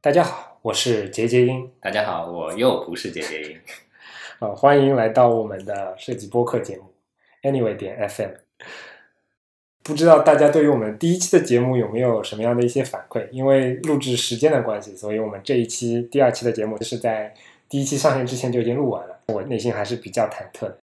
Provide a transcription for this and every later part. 大家好，我是杰杰英，大家好，我又不是姐姐音。呃，欢迎来到我们的设计播客节目 Anyway 点 FM。不知道大家对于我们第一期的节目有没有什么样的一些反馈？因为录制时间的关系，所以我们这一期、第二期的节目是在第一期上线之前就已经录完了。我内心还是比较忐忑的，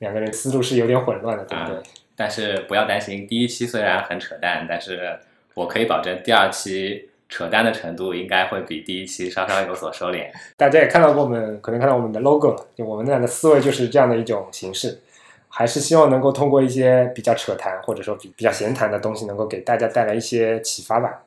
两个人思路是有点混乱的，对不对？啊但是不要担心，第一期虽然很扯淡，但是我可以保证第二期扯淡的程度应该会比第一期稍稍有所收敛。大家也看到过我们，可能看到我们的 logo 了，就我们俩的思维就是这样的一种形式，还是希望能够通过一些比较扯谈或者说比比较闲谈的东西，能够给大家带来一些启发吧。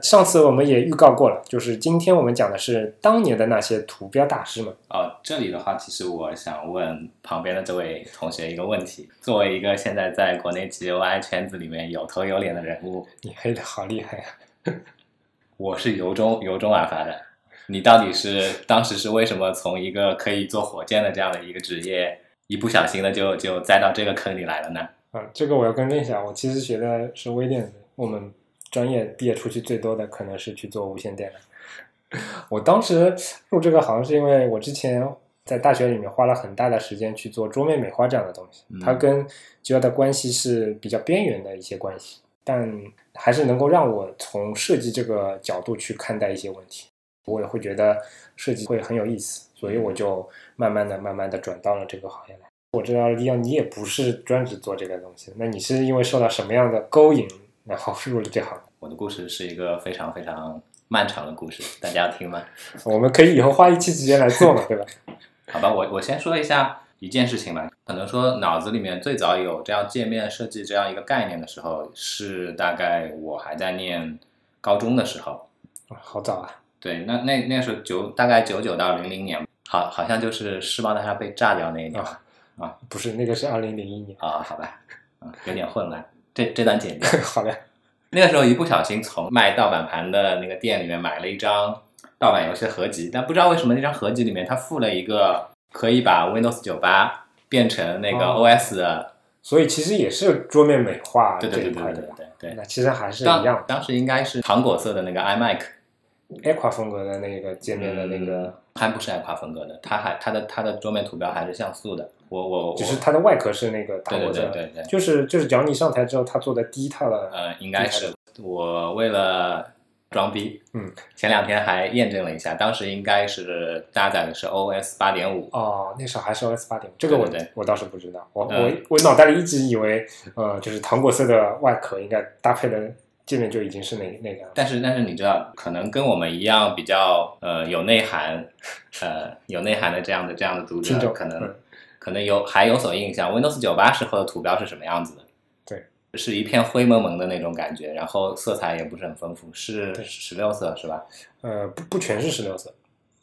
上次我们也预告过了，就是今天我们讲的是当年的那些图标大师们。哦，这里的话，其实我想问旁边的这位同学一个问题：作为一个现在在国内 GUI 圈子里面有头有脸的人物，你黑的好厉害啊呀、我是由衷由衷而发的。你到底是当时是为什么从一个可以做火箭的这样的一个职业，一不小心的就就栽到这个坑里来了呢？啊！这个我要更正一下，我其实学的是微电子，我们专业毕业出去最多的可能是去做无线电的。我当时入这个行是因为我之前在大学里面花了很大的时间去做桌面美化这样的东西，嗯它跟主要的关系是比较边缘的一些关系，但还是能够让我从设计这个角度去看待一些问题，我也会觉得设计会很有意思，所嗯以我就慢慢的、慢慢的转到了这个行业来。我知道利昂，你也不是专职做这个东西，那你是因为受到什么样的勾引，然后入了这行？我的故事是一个非常非常漫长的故事，大家要听吗？我们可以以后花一期时间来做嘛，对吧？好吧，我我先说一下一件事情吧。可能说脑子里面最早有这样界面设计这样一个概念的时候，是大概我还在念高中的时候。好早啊！对，那那那时候九大概九九到零零年，好好像就是世贸大厦被炸掉那一年啊不是，那个是二零零一年。 啊，好吧，啊，有点混乱，这这段剪掉。好嘞，那个时候一不小心从卖盗版盘的那个店里面买了一张盗版游戏的合集，但不知道为什么那张合集里面它附了一个可以把 Windows 九八变成那个哦 OS 的，所以其实也是桌面美化对啊这对一对对块的对对吧？对对。那其实还是一当样当时应该是糖果色的那个 iMac， ，Aqua 风格的那个界面的嗯那个，还不是 iQA 风格的，它还它的它的桌面图标还是像素的。我我我，只是它的外壳是那个糖对果对色对的，对对，就是就是只要你上台之后，他做的第一套的，呃，应该是我为了装逼，嗯，前两天还验证了一下，当时应该是搭载的是 OS 八点五，哦，那时候还是 OS 八点，这个我对对对我倒是不知道，我、嗯我我脑袋里一直以为，呃，就是糖果色的外壳应该搭配的界面就已经是那那个样子。但是但是你知道，可能跟我们一样比较呃有内涵，呃有内涵的这样的这样的读听者，众可能、嗯可能有还有所印象，Windows 九八时候的图标是什么样子的？对，是一片灰蒙蒙的那种感觉，然后色彩也不是很丰富，是对十六色是吧？呃，不不全是十六色，哦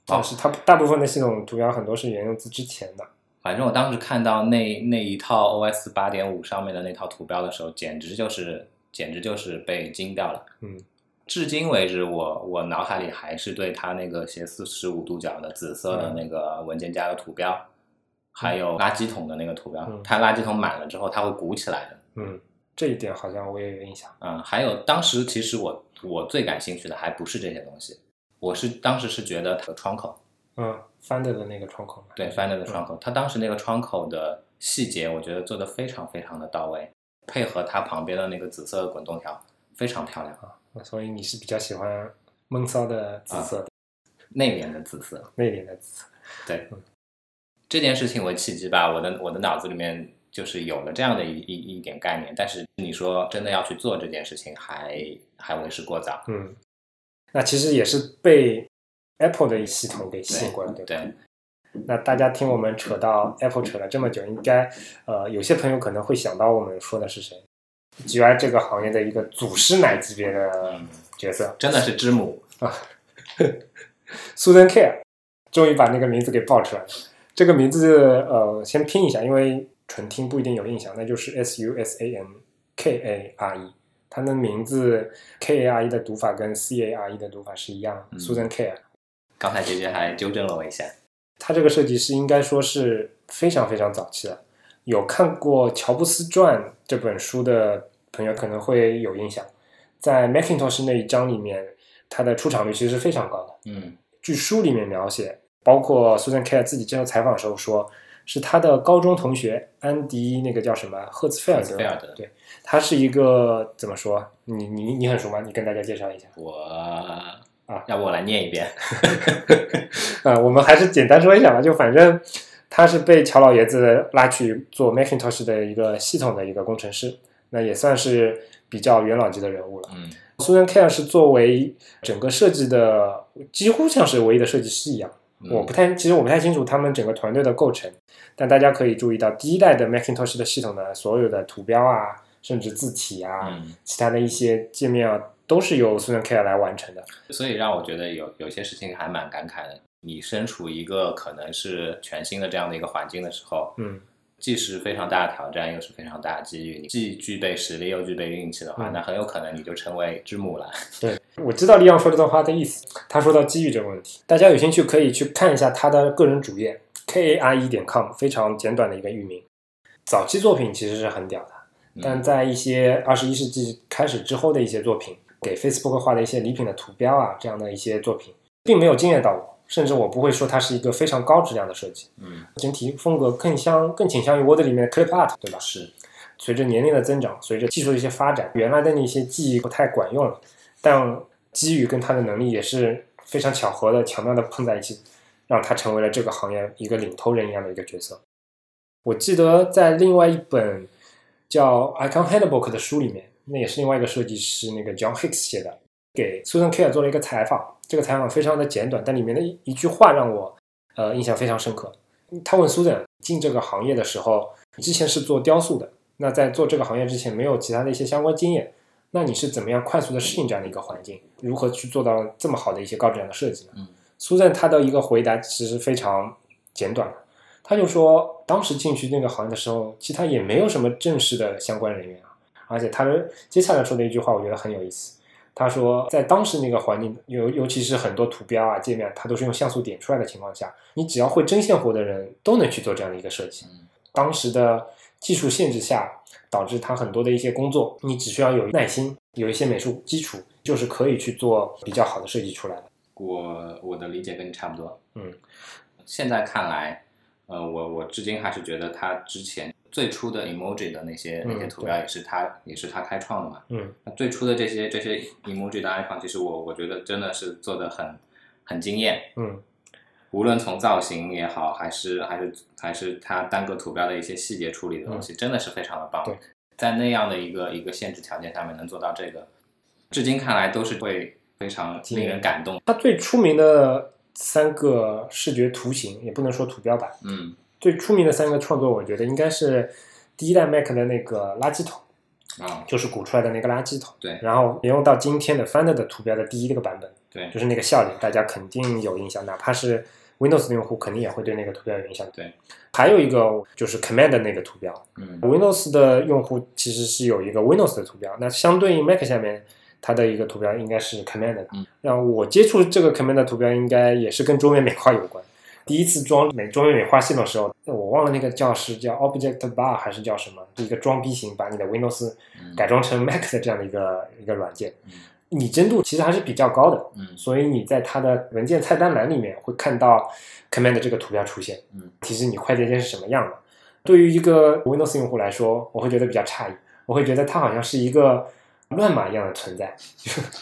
但是它大部分的系统图标很多是沿用自之前的。反正我当时看到那那一套 OS 八点五上面的那套图标的时候，简直就是简直就是被惊掉了。嗯，至今为止，我我脑海里还是对它那个斜四十五度角的紫色的嗯那个文件夹的图标，还有垃圾桶的那个图标，嗯它垃圾桶满了之后它会鼓起来的。嗯，这一点好像我也有印象。嗯，还有当时其实我我最感兴趣的还不是这些东西，我是当时是觉得它的窗口。嗯，Finder 的那个窗口嘛。对 Finder 的窗口，他当时那个窗口的细节，我觉得做的非常非常的到位，配合它旁边的那个紫色的滚动条，非常漂亮，嗯所以你是比较喜欢闷骚的紫色的、内敛的紫色。内敛的紫色。对，这件事情为契机吧，我的我的脑子里面就是有了这样的一一一点概念，但是你说真的要去做这件事情还，还为时过早。嗯，那其实也是被 Apple 的系统给吸引过来，对吧？对，嗯那大家听我们扯到 Apple 扯了这么久，应该呃有些朋友可能会想到我们说的是谁，GI 这个行业的一个祖师奶级别的嗯，角色真的是之母， ，Susan Care，终于把那个名字给爆出来了。这个名字呃先拼一下，因为纯听不一定有印象，那就是 S U S A N K A R E。它的名字 K A R E 的读法跟 C A R E 的读法是一样、嗯 s u s a n Care。刚才姐姐还纠正了我一下。它这个设计师应该说是非常非常早期了。有看过《乔布斯传》这本书的朋友可能会有印象，在 Macintosh 那一章里面，它的出场率其实是非常高的。嗯据书里面描写，包括 Susan Care 自己接受采访的时候说，是他的高中同学安迪那个叫什么赫兹菲尔赫德，兹菲尔德对他是一个怎么说？你你你很熟吗？你跟大家介绍一下。我啊，要不我来念一遍。呃，我们还是简单说一下吧，就反正他是被乔老爷子拉去做 Macintosh 的一个系统的一个工程师，那也算是比较元老级的人物了。嗯 Susan Care 是作为整个设计的几乎像是唯一的设计师一样。嗯我不太，其实我不太清楚他们整个团队的构成，但大家可以注意到，第一代的 Macintosh 的系统呢，所有的图标啊，甚至字体啊，嗯，其他的一些界面啊，都是由 Susan Care 来完成的。所以让我觉得有有些事情还蛮感慨的。你身处一个可能是全新的这样的一个环境的时候，嗯，既是非常大的挑战，又是非常大的机遇。你既具备实力，又具备运气的话，嗯那很有可能你就成为之母了。对，我知道利昂说这段话的意思。他说到机遇这个问题，大家有兴趣可以去看一下他的个人主页 k a r e 点 com，非常简短的一个域名。早期作品其实是很屌的，嗯但在一些二十一世纪开始之后的一些作品，给 Facebook 画的一些礼品的图标啊，这样的一些作品，并没有惊艳到我，甚至我不会说它是一个非常高质量的设计，嗯，整体风格更相更倾向于 Word 里面的 Clip Art，对吧？是，随着年龄的增长，随着技术的一些发展，原来的那些技艺不太管用了，但机遇跟他的能力也是非常巧合的、巧妙的碰在一起，让他成为了这个行业一个领头人一样的一个角色。我记得在另外一本叫《I Can Handbook》的书里面，那也是另外一个设计师那个 John Hicks 写的，给 Susan Care 做了一个采访。这个采访非常的简短，但里面的一一句话让我呃印象非常深刻。他问 Susan 进这个行业的时候，你之前是做雕塑的，那在做这个行业之前没有其他的一些相关经验，那你是怎么样快速的适应这样的一个环境？如何去做到这么好的一些高质量的设计呢？嗯苏赞他的一个回答其实非常简短，他就说，当时进去那个行业的时候，其实他也没有什么正式的相关人员啊，而且他接下来说的一句话，我觉得很有意思。他说，在当时那个环境，尤尤其是很多图标啊、界面啊，它都是用像素点出来的情况下，你只要会针线活的人都能去做这样的一个设计。嗯当时的技术限制下，导致他很多的一些工作，你只需要有耐心，有一些美术基础，就是可以去做比较好的设计出来的。我我的理解跟你差不多。嗯，现在看来，呃，我我至今还是觉得他之前最初的 emoji 的那些嗯那些图标也是他、也是他开创的嘛。嗯那最初的这些这些 emoji 的 icon，其实我我觉得真的是做的很很惊艳。嗯无论从造型也好，还是还是还是它单个图标的一些细节处理的东西，真的是非常的棒嗯对。在那样的一个一个限制条件下面能做到这个，至今看来都是会非常惊艳令人感动。它最出名的三个视觉图形，也不能说图标吧，嗯，最出名的三个创作，我觉得应该是第一代 Mac 的那个垃圾桶，啊，就是鼓出来的那个垃圾桶，对然后沿用到今天的 Finder 的图标的第一个版本，对就是那个笑脸，大家肯定有印象，哪怕是 Windows 的用户肯定也会对那个图标有印象。对，还有一个就是 Command 的那个图标嗯，Windows 的用户其实是有一个 Windows 的图标，那相对应 Mac 下面它的一个图标应该是 Command 的。嗯，然后我接触这个 Command 的图标应该也是跟桌面美化有关。第一次装美桌面美化系统的时候，我忘了那个叫是叫 Object Bar 还是叫什么，是一个装逼型，把你的 Windows 嗯改装成 Mac 的这样的一个一个软件，嗯拟真度其实还是比较高的。嗯所以你在它的文件菜单栏里面会看到 command 这个图标出现。嗯，其实你快捷键是什么样的？对于一个 Windows 用户来说，我会觉得比较诧异，我会觉得它好像是一个乱码一样的存在，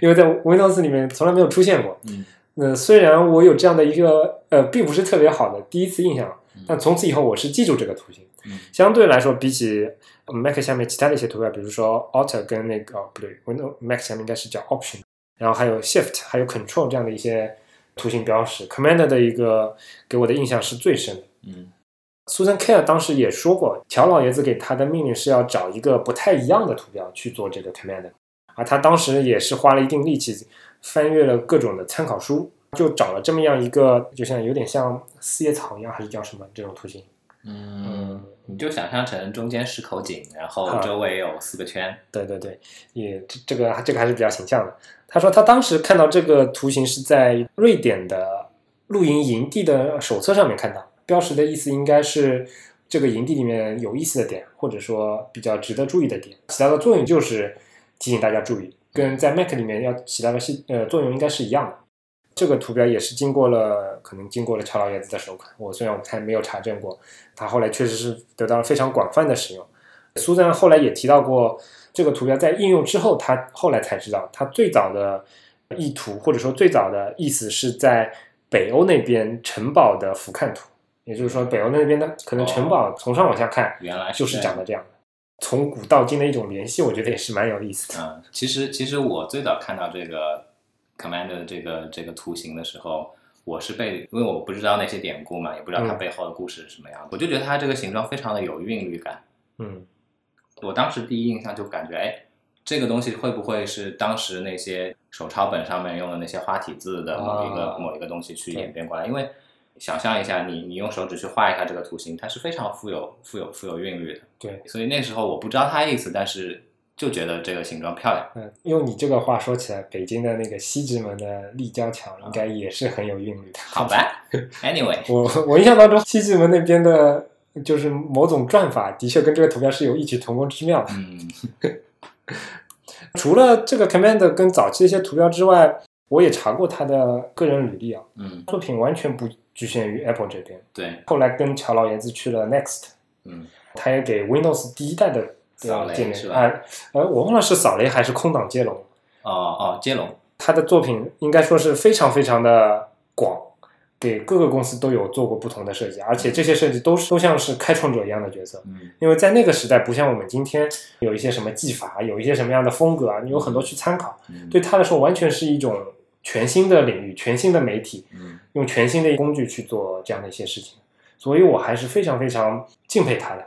因为在 Windows 里面从来没有出现过。嗯那虽然我有这样的一个呃，并不是特别好的第一次印象嗯，但从此以后我是记住这个图形。嗯相对来说，比起呃 Mac 下面其他的一些图标，比如说 Alt 跟那个哦不对，Windows Mac 下面应该是叫 Option，然后还有 Shift，还有 Control 这样的一些图形标识，Command 的一个给我的印象是最深的。嗯 Susan Care 当时也说过，乔老爷子给他的命令是要找一个不太一样的图标去做这个 Command，而他当时也是花了一定力气，翻阅了各种的参考书，就找了这么样一个，就像有点像四叶草一样，还是叫什么这种图形。嗯，你就想象成中间是口井，然后啊周围有四个圈。对对对，也这这个这个还是比较形象的。他说他当时看到这个图形是在瑞典的露营营地的手册上面看到，标识的意思应该是这个营地里面有意思的点，或者说比较值得注意的点。起到的作用就是提醒大家注意，跟在 Mac 里面要起到的是呃作用应该是一样的。这个图标也是经过了，可能经过了查老爷子的手感。我虽然我还没有查证过，它后来确实是得到了非常广泛的使用。苏赞后来也提到过，这个图标在应用之后，他后来才知道，它最早的意图或者说最早的意思是在北欧那边城堡的俯瞰图，也就是说北欧那边的可能城堡从上往下看原来就是这样长得这样的，从古到今的一种联系，我觉得也是蛮有意思的。嗯，其实其实我最早看到这个 Commander 这个这个图形的时候，我是被因为我不知道那些典故嘛，也不知道它嗯背后的故事是什么样的，我就觉得它这个形状非常的有韵律感。嗯我当时第一印象就感觉，哎，这个东西会不会是当时那些手抄本上面用的那些花体字的某一个、啊某一个东西去对演变过来？因为想象一下你，你用手指去画一下这个图形，它是非常富有富有富有韵律的。对，所以那时候我不知道它意思，但是就觉得这个形状漂亮。嗯，用你这个话说起来，北京的那个西直门的立交桥应该也是很有韵律的。好吧，Anyway，我我印象当中，西直门那边的，就是某种转法，的确跟这个图标是有异曲同工之妙的。嗯，除了这个 Command 跟早期的一些图标之外，我也查过他的个人履历啊，嗯，作品完全不局限于 Apple 这边。对，后来跟乔老爷子去了 Next，嗯，他也给 Windows 第一代的扫雷界面是吧啊，呃，我忘了是扫雷还是空档接龙。哦哦，接龙，他的作品应该说是非常非常的广，给各个公司都有做过不同的设计，而且这些设计都是都像是开创者一样的角色。嗯，因为在那个时代，不像我们今天有一些什么技法，有一些什么样的风格啊，你有很多去参考。嗯对，他来说，完全是一种全新的领域、全新的媒体，嗯用全新的工具去做这样的一些事情，所以我还是非常非常敬佩他的。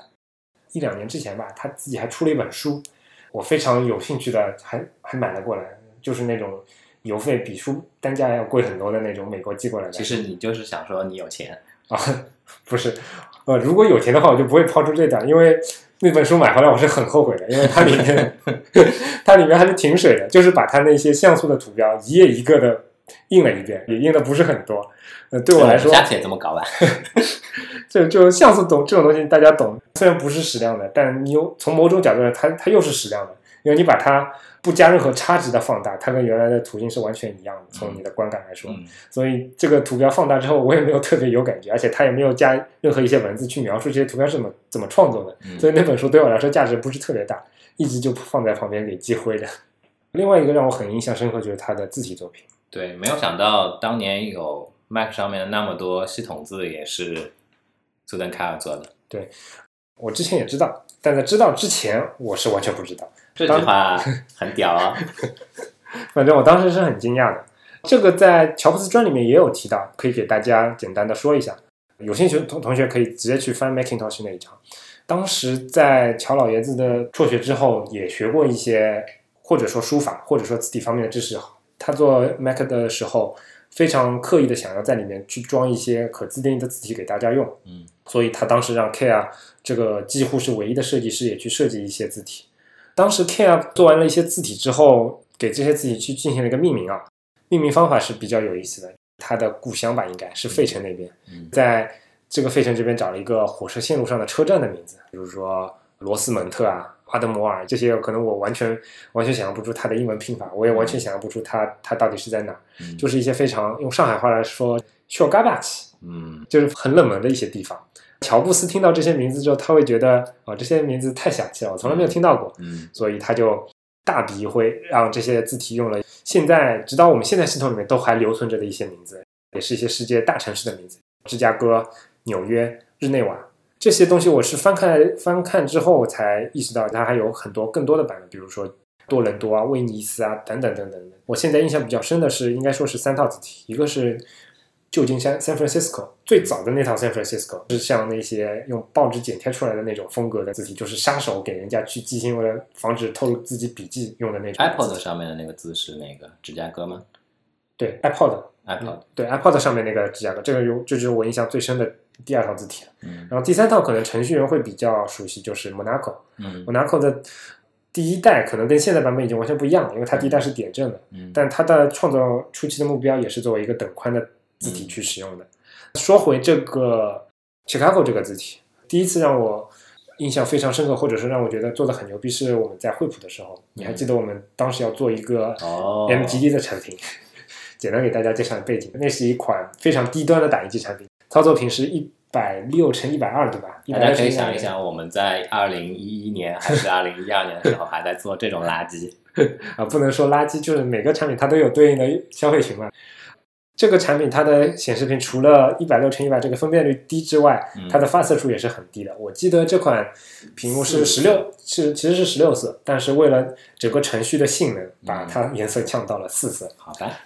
一两年之前吧，他自己还出了一本书，我非常有兴趣的，还还买了过来，就是那种邮费比书单价要贵很多的那种美国寄过来的。其实你就是想说你有钱，啊，不是，呃，如果有钱的话，我就不会抛出这档，因为那本书买回来我是很后悔的，因为它里 面它里面还是挺水的，就是把它那些像素的图标一页一个的印了一遍，也印的不是很多。呃，对我来说，下次也这么搞吧，就就像素懂这种东西，大家懂，虽然不是矢量的，但你有从某种角度上，它它又是矢量的，因为你把它不加任何差值的放大，它跟原来的图形是完全一样的。从你的观感来说，嗯所以这个图标放大之后，我也没有特别有感觉，而且它也没有加任何一些文字去描述这些图标是怎么怎么创作的，嗯所以那本书对我来说价值不是特别大，一直就放在旁边给积灰的。另外一个让我很印象深刻就是他的字体作品，对，没有想到当年有 Mac 上面那么多系统字也是苏登凯尔做的。我之前也知道，但在知道之前我是完全不知道，这句话很屌 啊！反正我当时是很惊讶的。这个在乔布斯传里面也有提到，可以给大家简单的说一下。有兴趣的同同学可以直接去翻 Macintosh 那一章。当时在乔老爷子的辍学之后，也学过一些或者说书法或者说字体方面的知识。他做 Mac 的时候，非常刻意的想要在里面去装一些可自定义的字体给大家用。嗯，所以他当时让 K r 这个几乎是唯一的设计师也去设计一些字体。当时 K r 做完了一些字体之后，给这些字体去进行了一个命名啊，命名方法是比较有意思的。他的故乡吧，应该是费城那边，嗯在这个费城这边找了一个火车线路上的车站的名字，比如说罗斯蒙特啊、阿德摩尔这些，可能我完全完全想象不出它的英文拼法，我也完全想象不出它它到底是在哪儿，嗯就是一些非常用上海话来说，小嘎巴气，嗯就是很冷门的一些地方。乔布斯听到这些名字之后，他会觉得啊、这些名字太响气了，我从来没有听到过，嗯所以他就大笔一挥，让这些字体用了现在直到我们现在系统里面都还留存着的一些名字，也是一些世界大城市的名字，芝加哥、纽约、日内瓦这些东西，我是翻看翻看之后我才意识到，它还有很多更多的版本，比如说多伦多啊、威尼斯啊等等等等等。我现在印象比较深的是，应该说是三套字体，一个是旧金山 San Francisco 最早的那套 San Francisco 是像那些用报纸剪贴出来的那种风格的字体，就是杀手给人家去记性，为了防止透露自己笔记用的那种，Apple 字的体上面的那个字是那个芝加哥吗对 iPod ？Apple，对 iPod 上面那个芝加哥，这个有这就是我印象最深的第二套字体了。嗯然后第三套可能程序员会比较熟悉，就是 Monaco。嗯 Monaco 的第一代可能跟现在版本已经完全不一样了，因为它第一代是点阵的，嗯，但它的创造初期的目标也是作为一个等宽的字体去使用的。说回这个 Chicago 这个字体，第一次让我印象非常深刻，或者是让我觉得做的很牛逼，是我们在惠普的时候，你还记得我们当时要做一个哦 MGD 的产品， 简单给大家介绍背景，那是一款非常低端的打印机产品，操作频是一百六乘一百二，对吧？一大百家六可乘以想一，想，我们在二零一一年还是二零一二年的时候，还在做这种 垃圾。啊，不能说垃圾，就是每个产品它都有对应的消费群嘛。这个产品它的显示屏除了一百六乘一百这个分辨率低之外，嗯它的发色数也是很低的。我记得这款屏幕是十四六，是其实是十六色，但是为了整个程序的性能，嗯把它颜色降到了四色。好吧，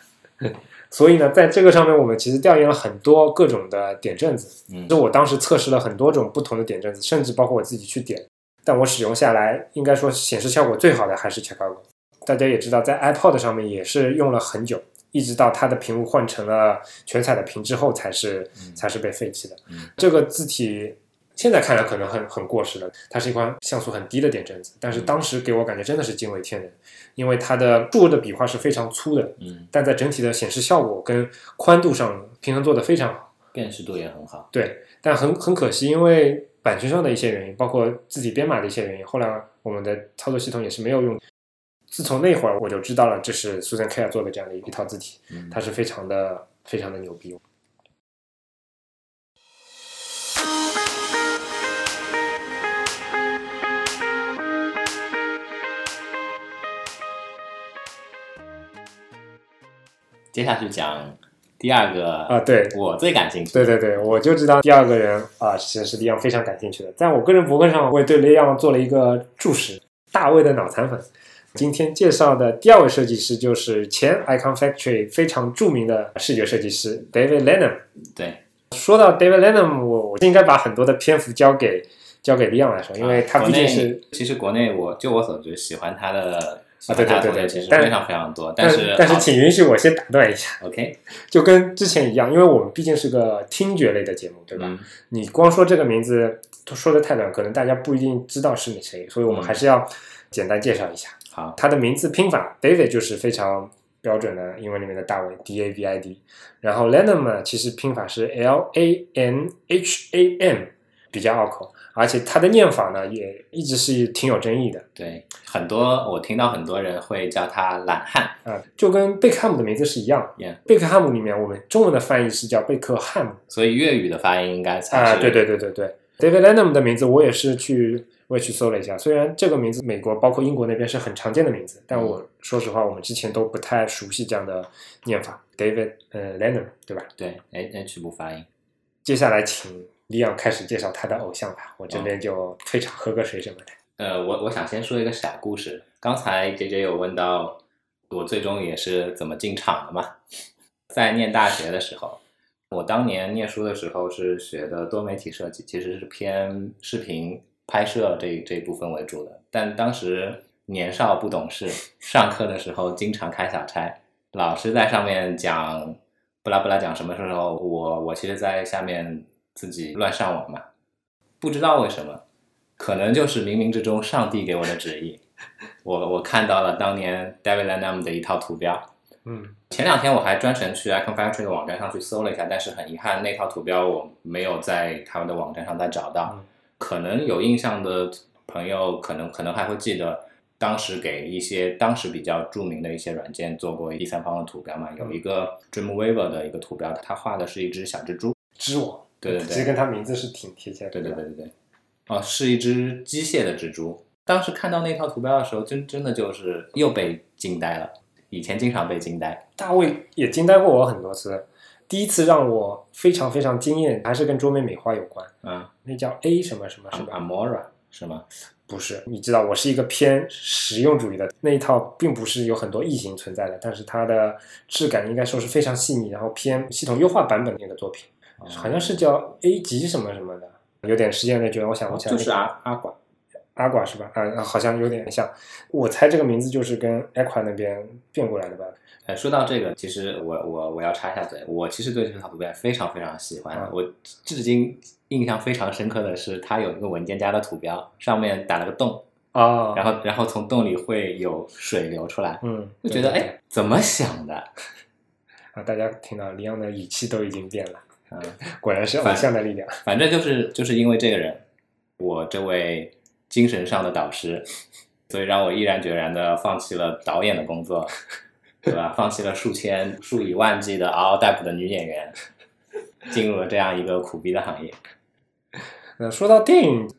所以呢，在这个上面，我们其实调研了很多各种的点阵子。嗯就我当时测试了很多种不同的点阵子，甚至包括我自己去点。但我使用下来，应该说显示效果最好的还是 Chicago。大家也知道，在 iPod 上面也是用了很久，一直到它的屏幕换成了全彩的屏之后，才是、嗯才是被废弃的。嗯这个字体现在看来可能很很过时了，它是一款像素很低的点阵子，但是嗯当时给我感觉真的是惊为天人，因为它的竖的笔画是非常粗的，嗯，但在整体的显示效果跟宽度上平衡做得非常好。辨识度也很好。对，但很很可惜，因为版权上的一些原因，包括字体编码的一些原因，后来我们的操作系统也是没有用。自从那会儿我就知道了，这是 Susan Care 做的这样的一一套字体，嗯它是非常的非常的牛逼。接下去讲第二个啊对我最感兴趣对对对，我就知道第二个人啊，其实是 Leon 非常感兴趣的。在我个人博客上，我也对 Leon 做了一个注释：大卫的脑残粉。今天介绍的第二位设计师就是前 Icon Factory 非常著名的视觉设计师 David Lennon。对，说到 David Lennon，我我应该把很多的篇幅交给交给 Leon 来说，因为他啊国毕内竟是其实国内我就我所知，喜欢他的喜对欢他对的对对同学其实但非常非常多，但是但是好请允许我先打断一下， OK 就跟之前一样，因为我们毕竟是个听觉类的节目，对吧？嗯你光说这个名字都说的太短，可能大家不一定知道是你谁，所以我们嗯还是要简单介绍一下。好他的名字拼法 David 就是非常标准的英文里面的大卫 D A V I D，然后 Lennon 呢其实拼法是 L A N H A M，比较拗口，而且它的念法呢也一直是挺有争议的。对很多我听到很多人会叫他懒汉，啊，就跟贝克汉姆的名字是一样 Yeah 贝克汉姆里面我们中文的翻译是叫贝克汉姆，所以粤语的发音应该才啊，是、对对对对对，David Lanham 的名字我也是去我也去搜了一下，虽然这个名字美国包括英国那边是很常见的名字，但我说实话，我们之前都不太熟悉这样的念法，David 呃 Lanham 对吧？对哎 h 不发音。接下来请李昂开始介绍他的偶像吧，我这边就退场喝个水什么的。呃，我我想先说一个小故事。刚才 J J 有问到我最终也是怎么进场的嘛？在念大学的时候，我当年念书的时候是学的多媒体设计，其实是偏视频拍摄这这部分为主的。但当时年少不懂事，上课的时候经常开小差，老师在上面讲不拉不拉讲什么时候，我我其实在下面自己乱上网嘛，不知道为什么，可能就是冥冥之中上帝给我的旨意，我我看到了当年 David Lanham 的一套图标，嗯前两天我还专程去 Icon Factory 的网站上去搜了一下，但是很遗憾，那套图标我没有在他们的网站上再找到。嗯可能有印象的朋友，可能可能还会记得，当时给一些当时比较著名的一些软件做过第三方的图标嘛，有一个 Dreamweaver 的一个图标，它画的是一只小蜘蛛。知我，对对对其实跟他名字是挺贴切的。对对吧对对对，哦，是一只机械的蜘蛛。当时看到那套图标的时候，真真的就是又被惊呆了。以前经常被惊呆，大卫也惊呆过我很多次，第一次让我非常非常惊艳，还是跟桌面美化有关，嗯那叫 A 什么什啊么是吧？ ，Amora 是吗？不是，你知道我是一个偏实用主义的那一套，并不是有很多异形存在的，但是它的质感应该说是非常细腻，然后偏系统优化版本的一个作品，哦好像是叫 A 级什么什么的，有点时间内觉得我想不起来，哦嗯就是啊阿阿管，阿寡是吧？啊，好像有点像，我猜这个名字就是跟 Aqua 那边变过来的吧？呃，说到这个，其实我我我要插一下嘴，我其实对这套图片非常非常喜欢。嗯我至今印象非常深刻的是，它有一个文件夹的图标，上面打了个洞，啊，哦然后然后从洞里会有水流出来，嗯，就觉得对对对哎，怎么想的？啊，大家听到李昂的语气都已经变了，嗯，果然是偶像的力量。反正就是就是因为这个人，我这位精神上的导师，所以让我毅然决然的放弃了导演的工作，对吧？放弃了数千、数以万计的嗷嗷待哺的女演员，进入了这样一个苦逼的行业。呃，说到电影，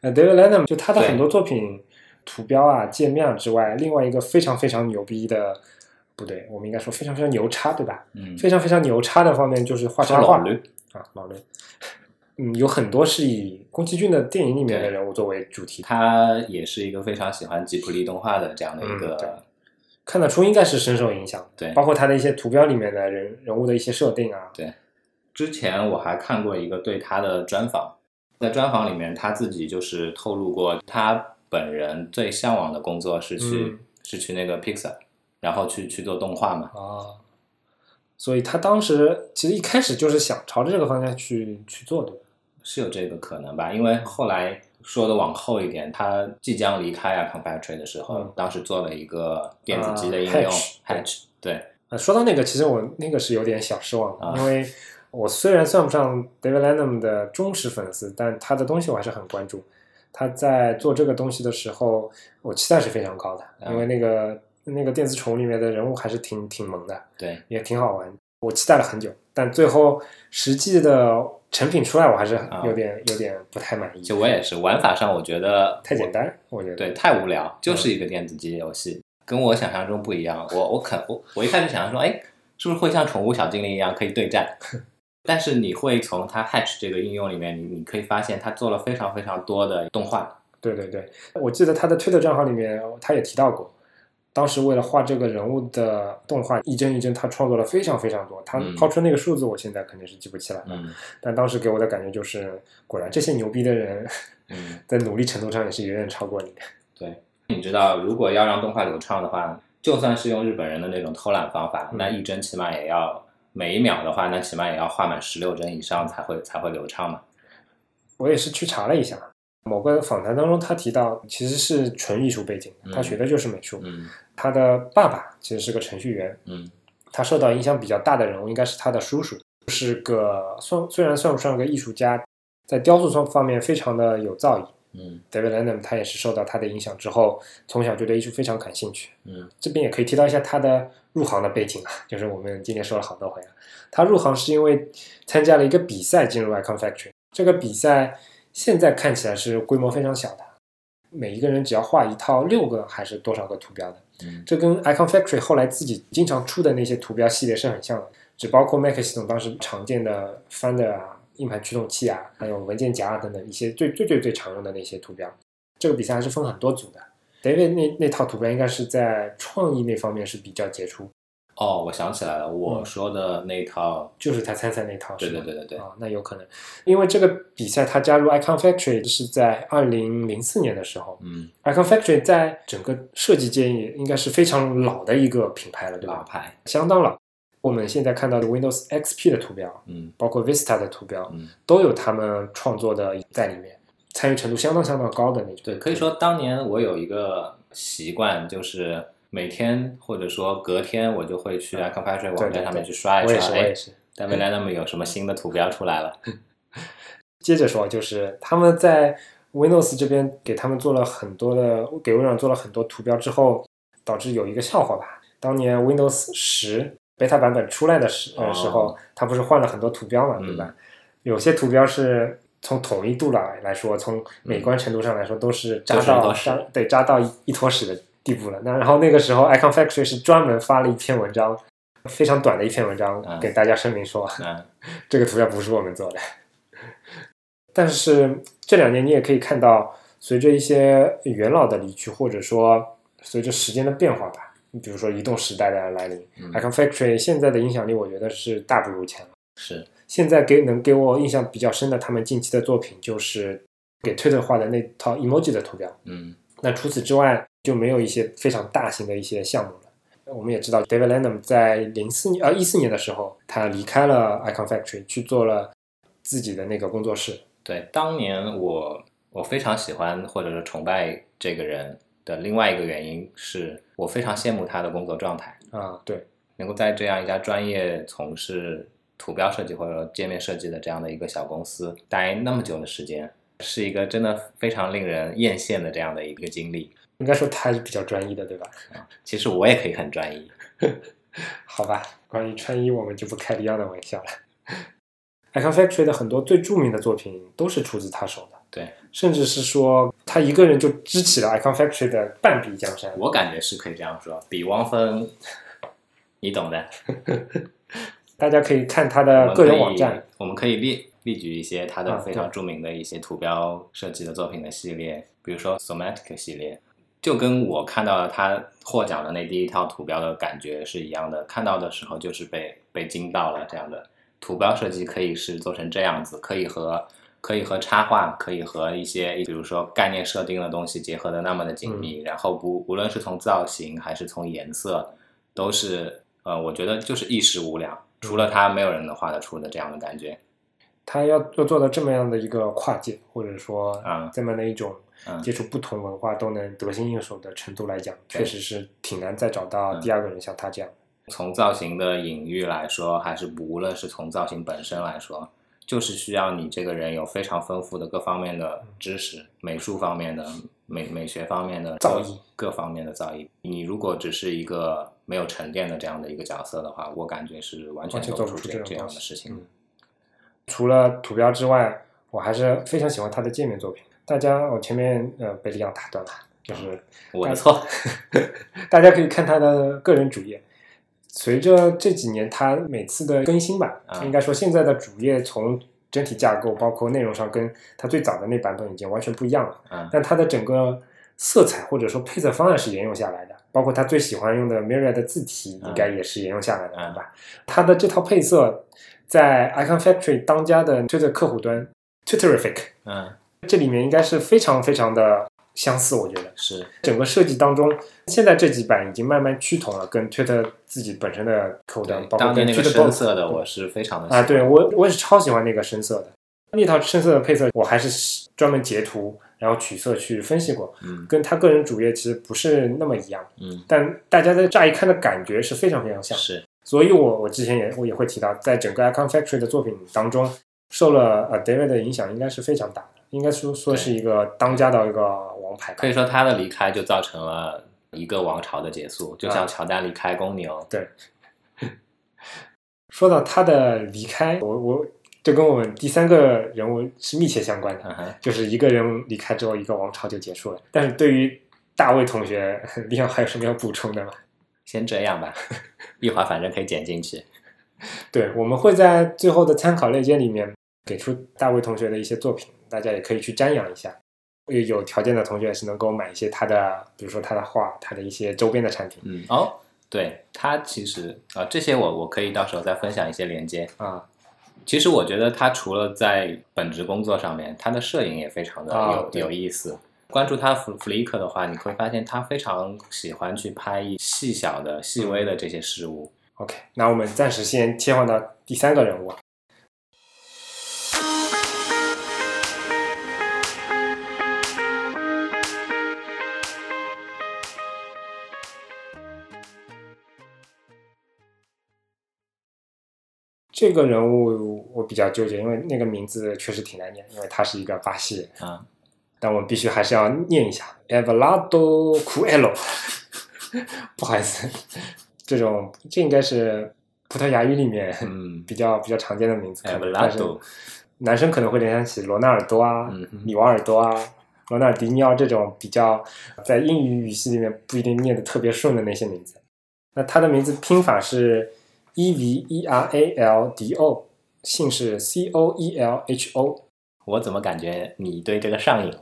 呃，David Lanham 就他的对很多作品图标啊、界面啊之外，另外一个非常非常牛逼的，不对，我们应该说非常非常牛叉，对吧？嗯，非常非常牛叉的方面就是画插画老驴啊，老雷。 嗯，有很多是以宫崎骏的电影里面的人物作为主题，他也是一个非常喜欢吉卜力动画的这样的一嗯对个，看得出应该是深受影响的，对，包括他的一些图标里面的人人物的一些设定啊，之前我还看过一个对他的专访，在专访里面他自己就是透露过，他本人最向往的工作是去、嗯是去那个 Pixar，然后去去做动画嘛。啊，所以他当时其实一开始就是想朝着这个方向去去做的，是有这个可能吧，因为后来说的往后一点，他即将离开啊 c o m p a t r y 的时候，嗯当时做了一个电子机的应啊用、 Hatch，对 Hatch，对，呃，说到那个，其实我那个是有点小失望的，啊因为我虽然算不上 David Lanham 的忠实粉丝，但他的东西我还是很关注。他在做这个东西的时候，我期待是非常高的，啊因为那个那个电子宠物里面的人物还是挺挺萌的，对，也挺好玩，我期待了很久。但最后实际的成品出来，我还是啊有点、有点不太满意，就我也是玩法上，我觉得太简我单，我觉得。对，太无聊，就是一个电子机游戏，跟我想象中不一样。我我肯我我一开始想象说，哎，是不是会像宠物小精灵一样可以对战？ 但是你会从它 Hatch 这个应用里面，你你可以发现它做了非常非常多的动画，对对对，我记得他的推特账号里面他也提到过，当时为了画这个人物的动画，一帧一帧他创作了非常非常多。他嗯抛出那个数字，我现在肯定是记不起来了。嗯但当时给我的感觉就是，果然这些牛逼的人 嗯，在努力程度上也是远远超过你。对。你知道，如果要让动画流畅的话，就算是用日本人的那种偷懒方法，嗯那一帧起码也要每一秒的话，那起码也要画满十六帧以上才会才会流畅嘛。我也是去查了一下，某个访谈当中他提到，其实是纯艺术背景的，他嗯学的就是美术。嗯他的爸爸其实是个程序员，嗯他受到影响比较大的人物应该是他的叔叔，是个算虽然算不上个艺术家，在雕塑上方面非常的有造诣。嗯 David Lanham 他也是受到他的影响之后，从小就对艺术非常感兴趣。嗯这边也可以提到一下他的入行的背景啊， 就是我们今天说了好多回了。啊他入行是因为参加了一个比赛进入 Icon Factory，这个比赛现在看起来是规模非常小的，每一个人只要画一套六个还是多少个图标的。嗯这跟 Icon Factory 后来自己经常出的那些图标系列是很像的，只包括 Mac 系统当时常见的 Finder 啊、硬盘驱动器啊，还有文件夹啊等等一些最最最最常用的那些图标。这个比赛还是分很多组的。David 那那套图标应该是在创意那方面是比较杰出，哦，我想起来了，我嗯说的那套就是他参赛那套，对是对吗对对对，啊、那有可能，因为这个比赛他加入 Icon Factory 是在二零零四年的时候嗯， ，Icon Factory 在整个设计界也应该是非常老的一个品牌了，对吧老？牌，相当老。我们现在看到的 Windows XP 的图标，嗯包括 Vista 的图标，嗯，都有他们创作的在里面，参与程度相当相当高的那种。对，可以说当年我有一个习惯，就是每天或者说隔天，我就会嗯去 Icon Factory 网站上面去刷一我也是，刷，我哎也，是。嗯但未来那么有什么新的图标出来了？接着说，就是他们在 Windows 这边给他们做了很多的，给微软做了很多图标之后，导致有一个笑话吧。当年 Windows 十 beta 版本出来的时、呃、哦时候，它不是换了很多图标嘛，嗯对吧？有些图标是从统一度来来说，从美观程度上来说，都是扎嗯就是一到坨屎扎对扎到一一坨屎的地步了。那然后那个时候，Icon Factory 是专门发了一篇文章，非常短的一篇文章，嗯给大家声明说，嗯这个图标不是我们做的。但是这两年你也可以看到，随着一些元老的离去，或者说随着时间的变化吧，你比如说移动时代的来临、嗯 i c o n Factory 现在的影响力，我觉得是大不如前了。是，现在给能给我印象比较深的他们近期的作品，就是给 Twitter 画的那套 emoji 的图标。嗯那除此之外，就没有一些非常大型的一些项目了。我们也知道，David Lanham 在零四年呃一四年的时候，他离开了 Icon Factory，去做了自己的那个工作室。对，当年我我非常喜欢或者是崇拜这个人的另外一个原因是我非常羡慕他的工作状态。啊，对，能够在这样一家专业从事图标设计或者界面设计的这样的一个小公司待那么久的时间，是一个真的非常令人艳羡的这样的一个经历。应该说他还是比较专一的，对吧？其实我也可以很专一，好吧，关于穿衣我们就不开李昂的玩笑了。Icon Factory 的很多最著名的作品都是出自他手的，对甚至是说他一个人就支起了 Icon Factory 的半壁江山。我感觉是可以这样说，比汪峰，你懂的。大家可以看他我的个们可人以网站，，我们可以列列举一些他的啊非常对著名的一些图标设计的作品的系列，比如说 Somatic 系列，就跟我看到他获奖的那第一套图标的感觉是一样的。看到的时候就是被被惊到了，这样的图标设计可以是做成这样子，可以和可以和插画，可以和一些比如说概念设定的东西结合的那么的紧密，然后不无论是从造型还是从颜色，都是呃，我觉得就是一时无两，除了他没有人能画得出的这样的感觉。他要要做到这么样的一个跨界，或者说啊这么样的一种嗯接触不同文化都能得心应手的程度来讲，对嗯确实是挺难再找到第二个人像他这样。从造型的隐喻来说，还是无论是从造型本身来说，就是需要你这个人有非常丰富的各方面的知识，美术方面的、美美学方面的造诣，各方面的造诣。你如果只是一个没有沉淀的这样的一个角色的话，我感觉是完全完全做做不出出这这种这样的东西事情的。嗯除了图标之外，我还是非常喜欢他的界面作品。大家，我前面呃被李阳打断了，就是我的错， 大家可以看他的个人主页。随着这几年他每次的更新吧，啊应该说现在的主页从整体架构包括内容上，跟他最早的那版本已经完全不一样了。嗯但它的整个色彩或者说配色方案是沿用下来的，包括他最喜欢用的 Mirror 的字体，嗯应该也是沿用下来的，嗯对吧？它的这套配色在 Icon Factory 当家的 Twitter 客户端 Twitterific 嗯，这里面应该是非常非常的相似，我觉得。是整个设计当中，现在这几版已经慢慢趋同了，跟 Twitter 自己本身的客户端对，，包括当跟年 t w i t t e 那个深色的，我是非常的喜啊，欢对我我也是超喜欢那个深色的，那套深色的配色，我还是专门截图然后取色去分析过，嗯跟他个人主页其实不是那么一样，嗯，但大家在乍一看的感觉是非常非常像的。是所以我我之前也我也会提到，在整个 Icon Factory 的作品当中，受了呃 David 的影响应该是非常大的，应该说说是一个当家的一个王牌吧。可以说他的离开就造成了一个王朝的结束，就像乔丹离开公牛。说到他的离开，我我这跟我们第三个人物是密切相关的，嗯哼，就是一个人离开之后，一个王朝就结束了。但是对于大卫同学，李想还有什么要补充的吗？ 先这样吧，一会儿反正可以剪进去。对，我们会在最后的参考链接里面给出大卫同学的一些作品，大家也可以去瞻仰一下。有有条件的同学是能够买一些他的，比如说他的画，他的一些周边的产品嗯，哦，对，他其实啊、这些我我可以到时候再分享一些链接。啊其实我觉得他除了在本职工作上面，他的摄影也非常的有、啊对有意思。关注他弗弗里克的话，你会发现他非常喜欢去拍一细小的、细微的这些事物。 OK，那我们暂时先切换到第三个人物啊。这个人物我比较纠结，因为那个名字确实挺难念，因为他是一个巴西人啊。但我们必须还是要念一下 Evelado Coelho，不好意思，这种这应该是葡萄牙语里面嗯， 比较比较常见的名字，可能但是 Everlado 男生可能会联想起罗纳尔多啊嗯哼、里瓦尔多啊、罗纳尔迪尼奥这种比较在英语语系里面不一定念得特别顺的那些名字。那他的名字拼法是 E V E R A L D O，姓是 C O E L H O， 我怎么感觉你对这个上瘾了？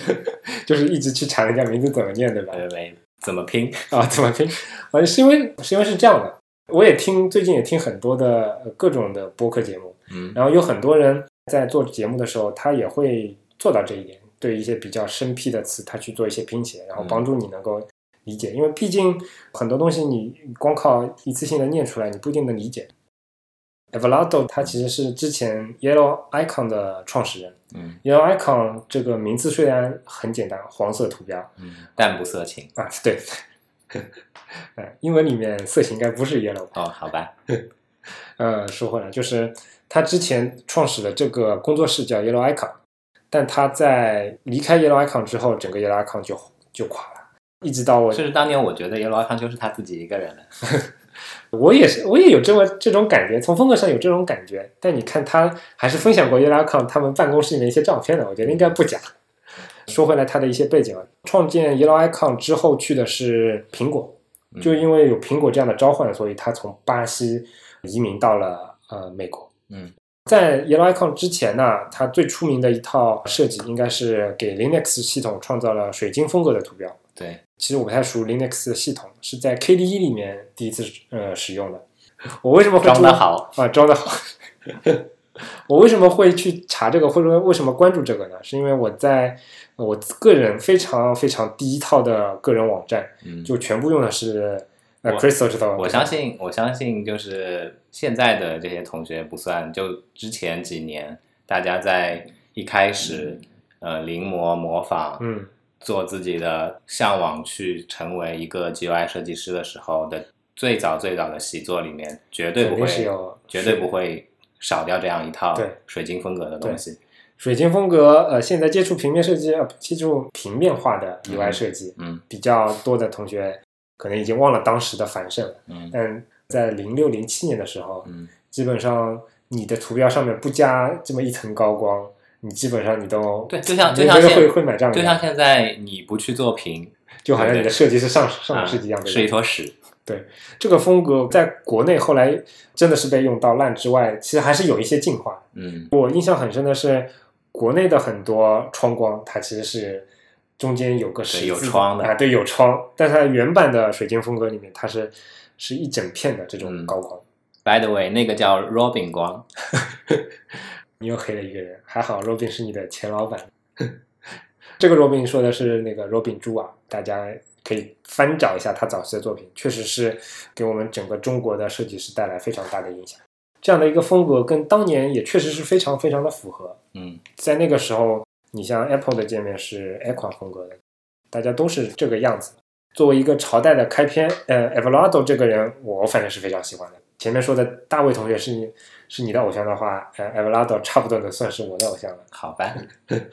就是一直去查人家名字怎么念，对吧？没没没，怎么拼？啊，怎么拼？ 呃，是因为是因为是这样的，我也听最近也听很多的呃各种的播客节目，嗯然后有很多人在做节目的时候，他也会做到这一点，对一些比较生僻的词，他去做一些拼写，然后帮助你能够理解，因为毕竟很多东西你光靠一次性的念出来，你不一定能理解。Evelado 他其实是之前 Yellow Icon 的创始人。嗯 Yellow Icon 这个名字虽然很简单，黄色图标，嗯，但不色情啊，对， 呃，英文里面色情应该不是 yellow 吧？哦，好吧，呃，说回来，就是他之前创始的这个工作室叫 Yellow Icon，但他在离开 Yellow Icon 之后，整个 Yellow Icon 就就垮了，一直到我就是当年我觉得 Yellow Icon 就是他自己一个人了。我也是，我也有这么这种感觉，从风格上有这种感觉。但你看他还是分享过 y e l a c o n 他们办公室里面一些照片的，我觉得应该不假。说回来，他的一些背景啊，创建 y e l a c o n 之后去的是苹果，嗯就因为有苹果这样的召唤，所以他从巴西移民到了呃美国。嗯在 y e l a c o n 之前呢，他最出名的一套设计应该是给 Linux 系统创造了水晶风格的图标。对，其实我不太熟 Linux 的系统，是在 KDE 里面第一次呃使用的。我为什么会装注的意好，啊，装的好。 我为什么会去查这个，或者说为什么关注这个呢？是因为我在我个人非常非常第一套的个人网站，嗯，就全部用的是呃我 Crystal 这套。我相信，我相信就是现在的这些同学不算，就之前几年大家在一开始、呃临摹模仿，嗯，做自己的向往去成为一个 GUI 设计师的时候的最早最早的习作里面，绝对不肯定是会有绝对不会少掉这样一套对水晶风格的东西。水晶风格，呃，现在接触平面设计，呃，接触平面化的嗯 UI 设计、嗯比较多的同学，可能已经忘了当时的繁盛了。嗯但在零六零七年的时候，嗯，基本上你的图标上面不加这么一层高光，你基本上你都对，就像就你像觉得现会会买账的，就像现在你不去做屏，就好像你对的设计是上上啊个世纪一样的。是一坨屎。这个风格在国内后来真的是被用到烂之外，其实还是有一些进化。嗯我印象很深的是，国内的很多窗光它其实是。中间有个十字有窗的啊，对，有窗，但是它原版的水晶风格里面，它是是一整片的这嗯种高光， ，By the way，那个叫 Robin 光。你又黑了一个人，还好 Robin 是你的前老板。 这个 Robin 说的是那个 Robin 朱啊，大家可以翻找一下他早期的作品，确实是给我们整个中国的设计师带来非常大的影响。这样的一个风格跟当年也确实是非常非常的符合。嗯在那个时候，你像 Apple 的界面是 Aqua 风格的，大家都是这个样子。作为一个朝代的开篇，呃 e v o l a d o 这个人，我反正是非常喜欢的。前面说的大卫同学是你是你的偶像的话，呃 e v o l a d o 差不多能算是我的偶像了。，好吧。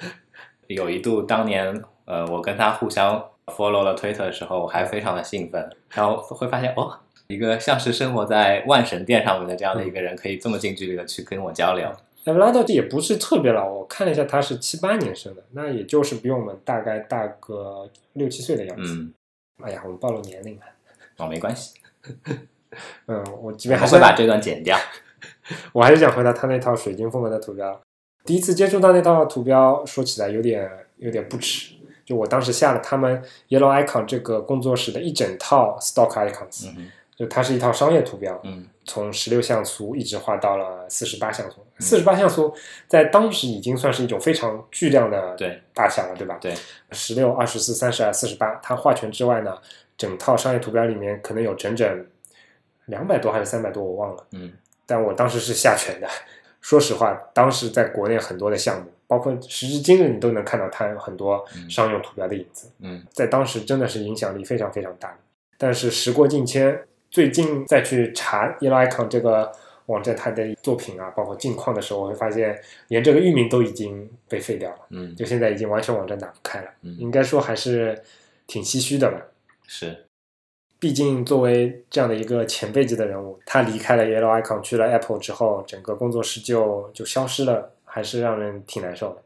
有一度当年，呃，我跟他互相 follow 了 Twitter 的时候，我还非常的兴奋，然后会发现哦，一个像是生活在万神殿上面的这样的一个人，可以这么近距离的去跟我交流。 e v o l a d o 也不是特别老，我看了一下，他是七八年生的，那也就是比我们大概大个六七岁的样子。嗯，哎呀，我们暴露年龄了。哦，没关系，嗯，我这我边还是会把这段剪掉。我还是想回到他那套水晶风格的图标。第一次接触到那套图标，说起来有点有点不耻。就我当时下了他们 Yellow Icon 这个工作室的一整套 Stock Icons，、嗯哼就它是一套商业图标，嗯从十六像素一直画到了四十八像素。嗯四十八像素在当时已经算是一种非常巨量的对大小了，对吧？对，十六、二十四、三十二、四十八，它画全之外呢，整套商业图标里面可能有整整两百多还是三百多，我忘了。嗯但我当时是下拳的。说实话，当时在国内很多的项目，包括时至今日，你都能看到它有很多商用图标的影子，嗯在当时真的是影响力非常非常大。但是时过境迁，最近再去查 Yellow Icon 这个网站它的作品啊，包括近况的时候，我会发现连这个域名都已经被废掉了，嗯，就现在已经完全网站打不开了。嗯应该说还是挺唏嘘的吧。是毕竟作为这样的一个前辈级的人物，他离开了 Yellow Icon 去了 Apple 之后，整个工作室就就消失了，还是让人挺难受的。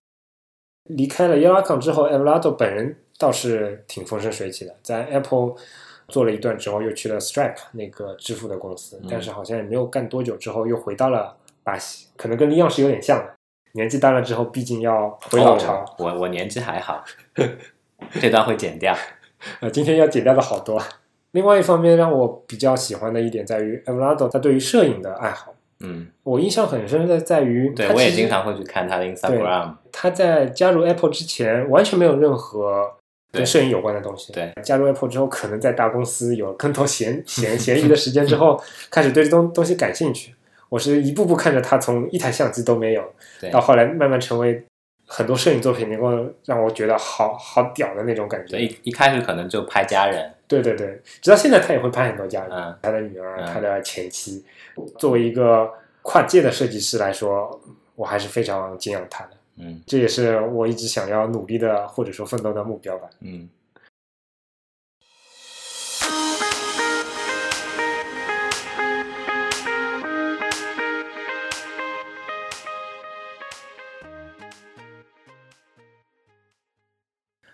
离开了 Yellow Icon 之后 e v l a d o 本人倒是挺风生水起的，在 Apple 做了一段之后，又去了 Stripe 那个支付的公司，嗯但是好像也没有干多久之后，又回到了巴西，可能跟 Leon 是有点像的。年纪大了之后，毕竟要回老巢，哦我我年纪 还好，这段会剪掉。呃，今天要剪掉的好多。另外一方面，让我比较喜欢的一点在于 e v a d o 他对于摄影的爱好。嗯，我印象很深的在于，对他我也其实经常会去看他的 Instagram。他在加入 Apple 之前完全没有任何对跟摄影有关的东西。对，加入 Apple 之后，可能在大公司有更多 闲闲闲余的时间之后，开始对这东东西感兴趣。我是一步步看着他从一台相机都没有，对到后来慢慢成为很多摄影作品能够让我觉得好好屌的那种感觉。所以一开始可能就拍家人，对对对，直到现在他也会拍很多家人，嗯他的女儿、嗯他的前妻。作为一个跨界的设计师来说，我还是非常敬仰他的。嗯这也是我一直想要努力的或者说奋斗的目标吧。嗯，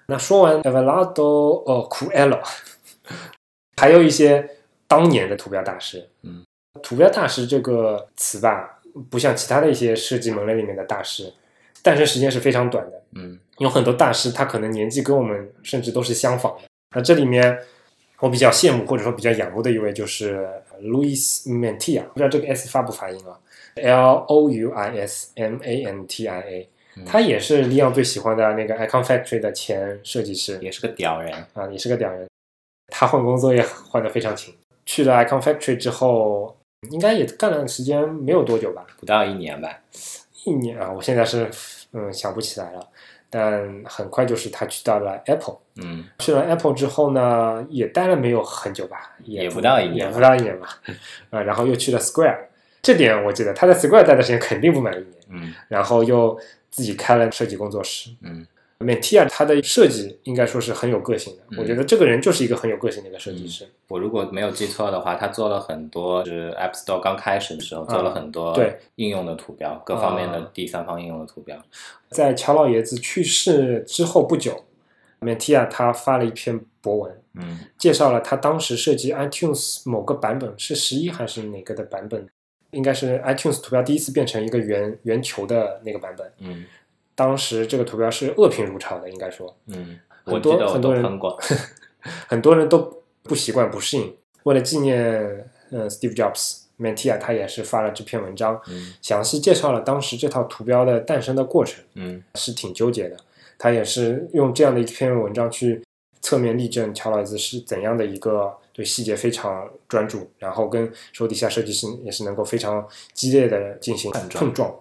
那说完 Everardo 哦 c u e l l o 还有一些当年的图标大师。嗯，图标大师这个词吧，不像其他的一些设计门类里面的大师，诞生时间是非常短的。嗯有很多大师，他可能年纪跟我们甚至都是相仿的。那这里面，我比较羡慕或者说比较仰慕的一位就是 Louis Mantia，不知道这个 S 发不发音啊？L O U I S M A N T I A，嗯他也是利奥最喜欢的那个 Icon Factory 的前设计师也是个屌人，啊，也是个屌人。他换工作也换得非常勤，去了 Icon Factory 之后，应该也干了时间没有多久吧，不到一年吧。一年啊，我现在是嗯想不起来了，但很快就是他去到了 Apple。嗯去了 Apple 之后呢，也待了没有很久吧，也不不到一也年不到一年吧。 呃，然后又去了 Square，这点我记得他在 Square 待的时间肯定不满一年，嗯然后又自己开了设计工作室。嗯 Mantia 他的设计应该说是很有个性的，嗯我觉得这个人就是一个很有个性的一个设计师。我如果没有记错的话，他做了很多，就是 App Store 刚开始的时候做了很多对应用的图标，各方面的啊第三方应用的图标。在乔老爷子去世之后不久，Mantia 他发了一篇博文，嗯介绍了他当时设计 iTunes 某个版本是十一还是哪个的版本，应该是 iTunes 图标第一次变成一个圆圆球的那个版本。嗯当时这个图标是恶评如潮的，应该说嗯，我很记多得我很都多人喷过。 很多人都不习惯不适应。为了纪念呃 Steve Jobs。Mantia 他也是发了这篇文章，嗯详细介绍了当时这套图标的诞生的过程，嗯是挺纠结的。他也是用这样的一篇文章去侧面例证乔老爷子是怎样的一个对细节非常专注，然后跟手底下设计师也是能够非常激烈的进行碰撞碰撞。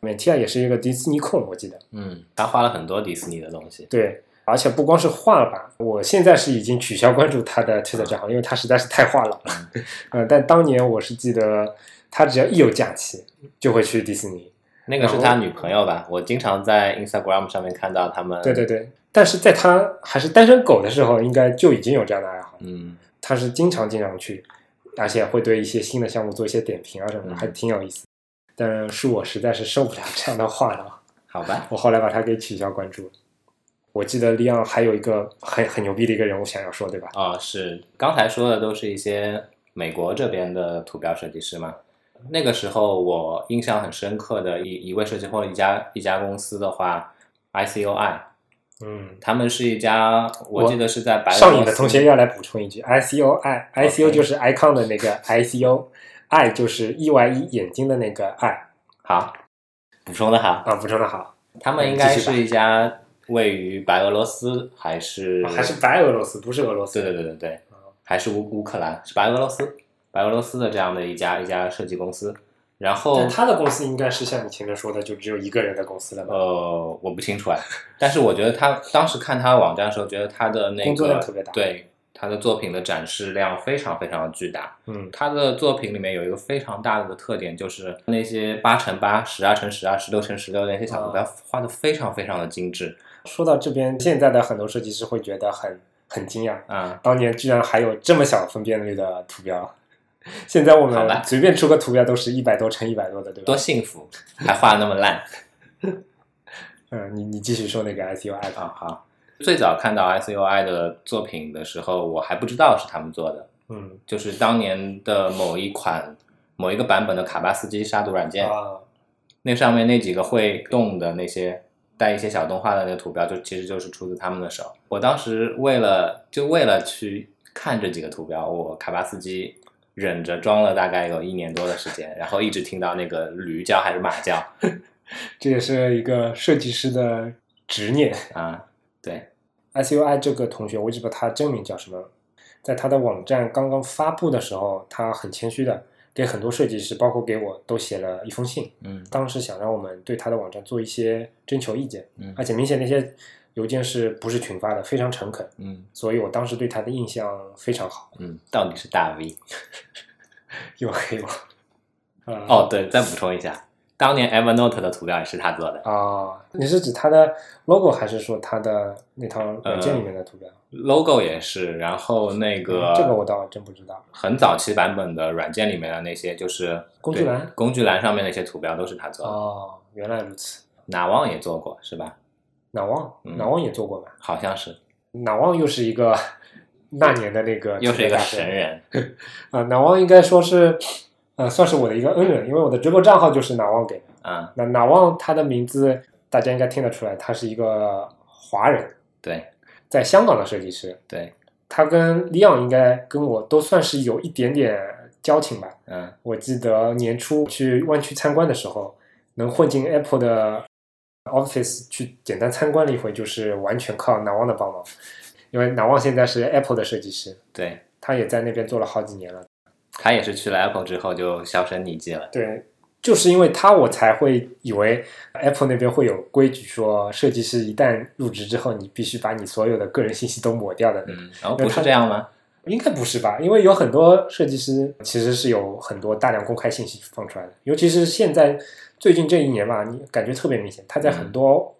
美提亚也是一个迪士尼控，我记得嗯，他画了很多迪士尼的东西。对，而且不光是画了吧，我现在是已经取消关注他的推特账号，因为他实在是太画了。 嗯，但当年我是记得他只要一有假期就会去迪士尼，那个是然后他女朋友吧？我经常在 Instagram 上面看到他们。对对。对。但是在他还是单身狗的时候，应该就已经有这样的爱好了。嗯他是经常经常去，而且会对一些新的项目做一些点评啊什么的，嗯还挺有意思。但是我实在是受不了这样的话了，，好吧，我后来把他给取消关注了。我记得利昂还有一个很很牛逼的一个人，我想要说，对吧？哦，是刚才说的都是一些美国这边的图标设计师嘛。那个时候我印象很深刻的一一位设计或者一家一家公司的话，ICOI，嗯，他们是一家，我记得是在白俄上罗瘾的斯同学要来补充一句，ICOI，ICO 就是 icon 的那个 ICO，I 就是 E Y E 眼睛的那个 I 好，补充的好，啊，补充的好，他们应嗯该是一家位于白俄罗斯还是哦还是哦白俄罗斯，不是俄罗斯。对对对对对，还是乌乌克兰是白俄罗斯白俄罗斯的这样的一家一家设计公司，然后但他的公司应该是像你前面说的，就只有一个人的公司了吧？呃，我不清楚哎，但是我觉得他当时看他的网站的时候，觉得他的那个工作量特别大对他的作品的展示量非常非常的巨大。嗯他的作品里面有一个非常大的特点，就是那些八乘八、十二乘十二、十六乘十六那些小哦图标画的非常非常的精致说到这边，现在的很多设计师会觉得很很惊讶，啊、当年居然还有这么小分辨率的图标。现在我好们吧随便出个图标都是一百多乘一百多的，对吧多？幸福，还画的那么烂。 嗯，你你继续说那个 ICU i 啊、好。最早看到 SUI 的作品的时候，我还不知道是他们做的，嗯就是当年的某一款、某一个版本的卡巴斯基杀毒软件，啊，那上面那几个会动的那些带一些小动画的那个图标，就其实就是出自他们的手。我当时为了就为了去看这几个图标，我卡巴斯基忍着装了大概有一年多的时间，然后一直听到那个驴叫还是马叫这也是一个设计师的执念。啊，对， ICU i 这个同学，我一直不知道他真名叫什么，在他的网站刚刚发布的时候，他很谦虚的给很多设计师，包括给我，都写了一封信。嗯当时想让我们对他的网站做一些征求意见，嗯而且明显那些邮件是不是群发的，非常诚恳，嗯所以我当时对他的印象非常好，嗯，到底是大 V 又黑我。呃，呃哦哦，对，再补充一下，当年 Evernote 的图标也是他做的，啊，你是指它的 logo 还是说它的那套软件里面的图标？ logo 也是，然后呃那个、嗯这个我倒真不知道。很早期版本的软件里面的那些就是工具栏对工具栏上面那些图标都是他做的。哦，原来如此。哪旺也做过是吧？哪旺，嗯哪旺也做过吧？好像是，哪旺又是一个 那年的那个又是一个大神神人。啊！哪旺应该说是，呃，算是我的一个恩人，因为我的 Dribble 账号就是哪旺给的。嗯，那哪旺他的名字大家应该听得出来，他是一个华人，对在香港的设计师。对，他跟李昂应该跟我都算是有一点点交情吧。嗯我记得年初去湾区参观的时候，能混进 Apple 的 Office 去简单参观了一回，就是完全靠南旺的帮忙，因为南旺现在是 Apple 的设计师，对，他也在那边做了好几年了。他也是去了 Apple 之后就销声匿迹了。对，就是因为他，我才会以为 Apple 那边会有规矩说，设计师一旦入职之后，你必须把你所有的个人信息都抹掉的。嗯，然后因为不他是这样吗？应该不是吧？因为有很多设计师其实是有很多大量公开信息放出来的，尤其是现在最近这一年吧，你感觉特别明显，他在很多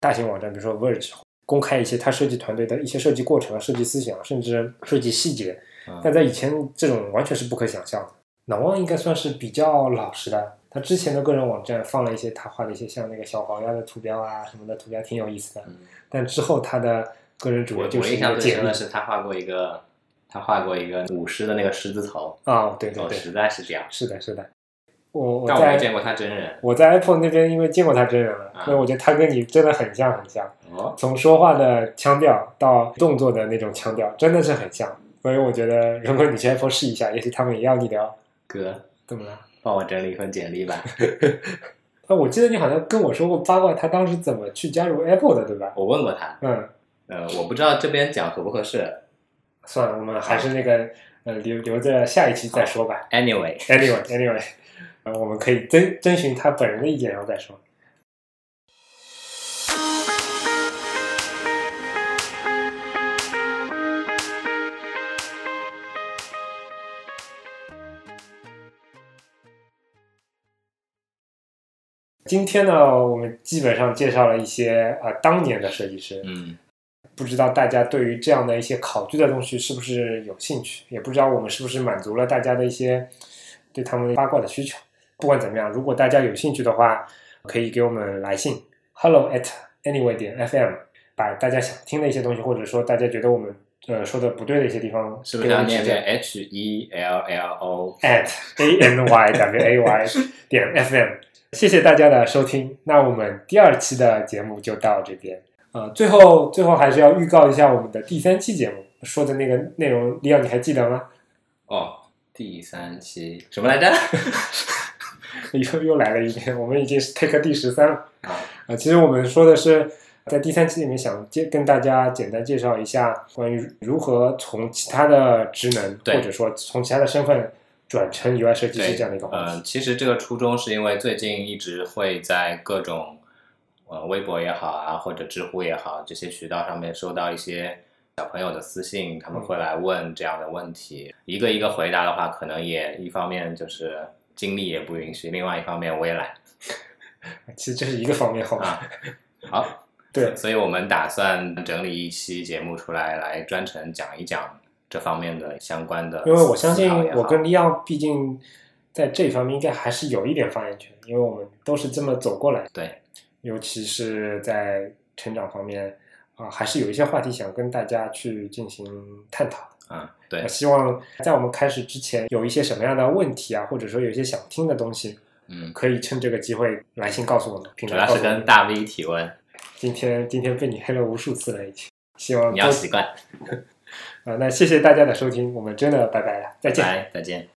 大型网站，比如说 Verge，公开一些他设计团队的一些设计过程、啊设计思想，甚至设计细节。但嗯在以前，这种完全是不可想象的。脑旺应该算是比较老实的，他之前的个人网站放了一些他画的一些像那个小黄鸭的图标啊什么的图标，挺有意思的。嗯但之后他的个人主我页就我是印一象个最简深历的是他画过一个，他画过一个舞狮的那个狮子头，啊，对对哦，对，实在是屌。是的，是的，我我但我没在见过他真人。我在 Apple 那边，因为见过他真人了，啊所以我觉得他跟你真的很像，很像。哦，从说话的腔调到动作的那种腔调，真的是很像。所以我觉得，如果你去 Apple 试一下，也许他们也要你聊。哥，怎么了？帮我整理一份 简历吧。啊，我记得你好像跟我说过八卦，他当时怎么去加入 Apple 的，对吧？我问过他，嗯，呃，我不知道这边讲合不合适。算了，我们还是那个呃留留着下一期再说吧。 Anyway， Anyway，Anyway，呃，我们可以征征询他本人的意见，然后再说。今天呢，我们基本上介绍了一些啊、呃当年的设计师，嗯，不知道大家对于这样的一些考据的东西是不是有兴趣，也不知道我们是不是满足了大家的一些对他们八卦的需求。不管怎么样，如果大家有兴趣的话，可以给我们来信，hello at anyway 点 fm，把大家想听的一些东西，或者说大家觉得我们呃说的不对的一些地方，是不给是我要们念指正念 H E L L O？ at a n y w a y 点 f m。谢谢大家的收听，那我们第二期的节目就到这边。呃，最后最后还是要预告一下我们的第三期节目说的那个内容，李奥你还记得吗？ 哦，第三期什么来着？又又来了一遍，我们已经是 take 第十三了。啊，呃，其实我们说的是在第三期里面想介跟大家简单介绍一下关于如何从其他的职能对或者说从其他的身份转成 UI 设计师对，这样的一个话呃，题。其实这个初衷是因为最近一直会在各种呃微博也好啊，或者知乎也好这些渠道上面收到一些小朋友的私信，他们嗯会来问这样的问题，一个一个回答的话，可能也一方面就是精力也不允许，另外一方面我也懒其实这是一个方面，好吧？啊。好， 对，所以我们打算整理一期节目出来，来专程讲一讲这方面的相关的思因考也为好。我相信我跟利昂，毕竟在这方面应该还是有一点发言权，因为我们都是这么走过来，对尤其是在成长方面啊、还是有一些话题想跟大家去进行探讨。啊，对我，希望在我们开始之前，有一些什么样的问题啊，或者说有一些想听的东西，嗯，可以趁这个机会来信告诉我们，评主论要告是诉我们跟。大 V 提问。今天今天被你黑了无数次了，已经。希望你多啊啊要、习惯。那谢谢大家的收听，我们真的拜拜了，再拜见。拜，再见。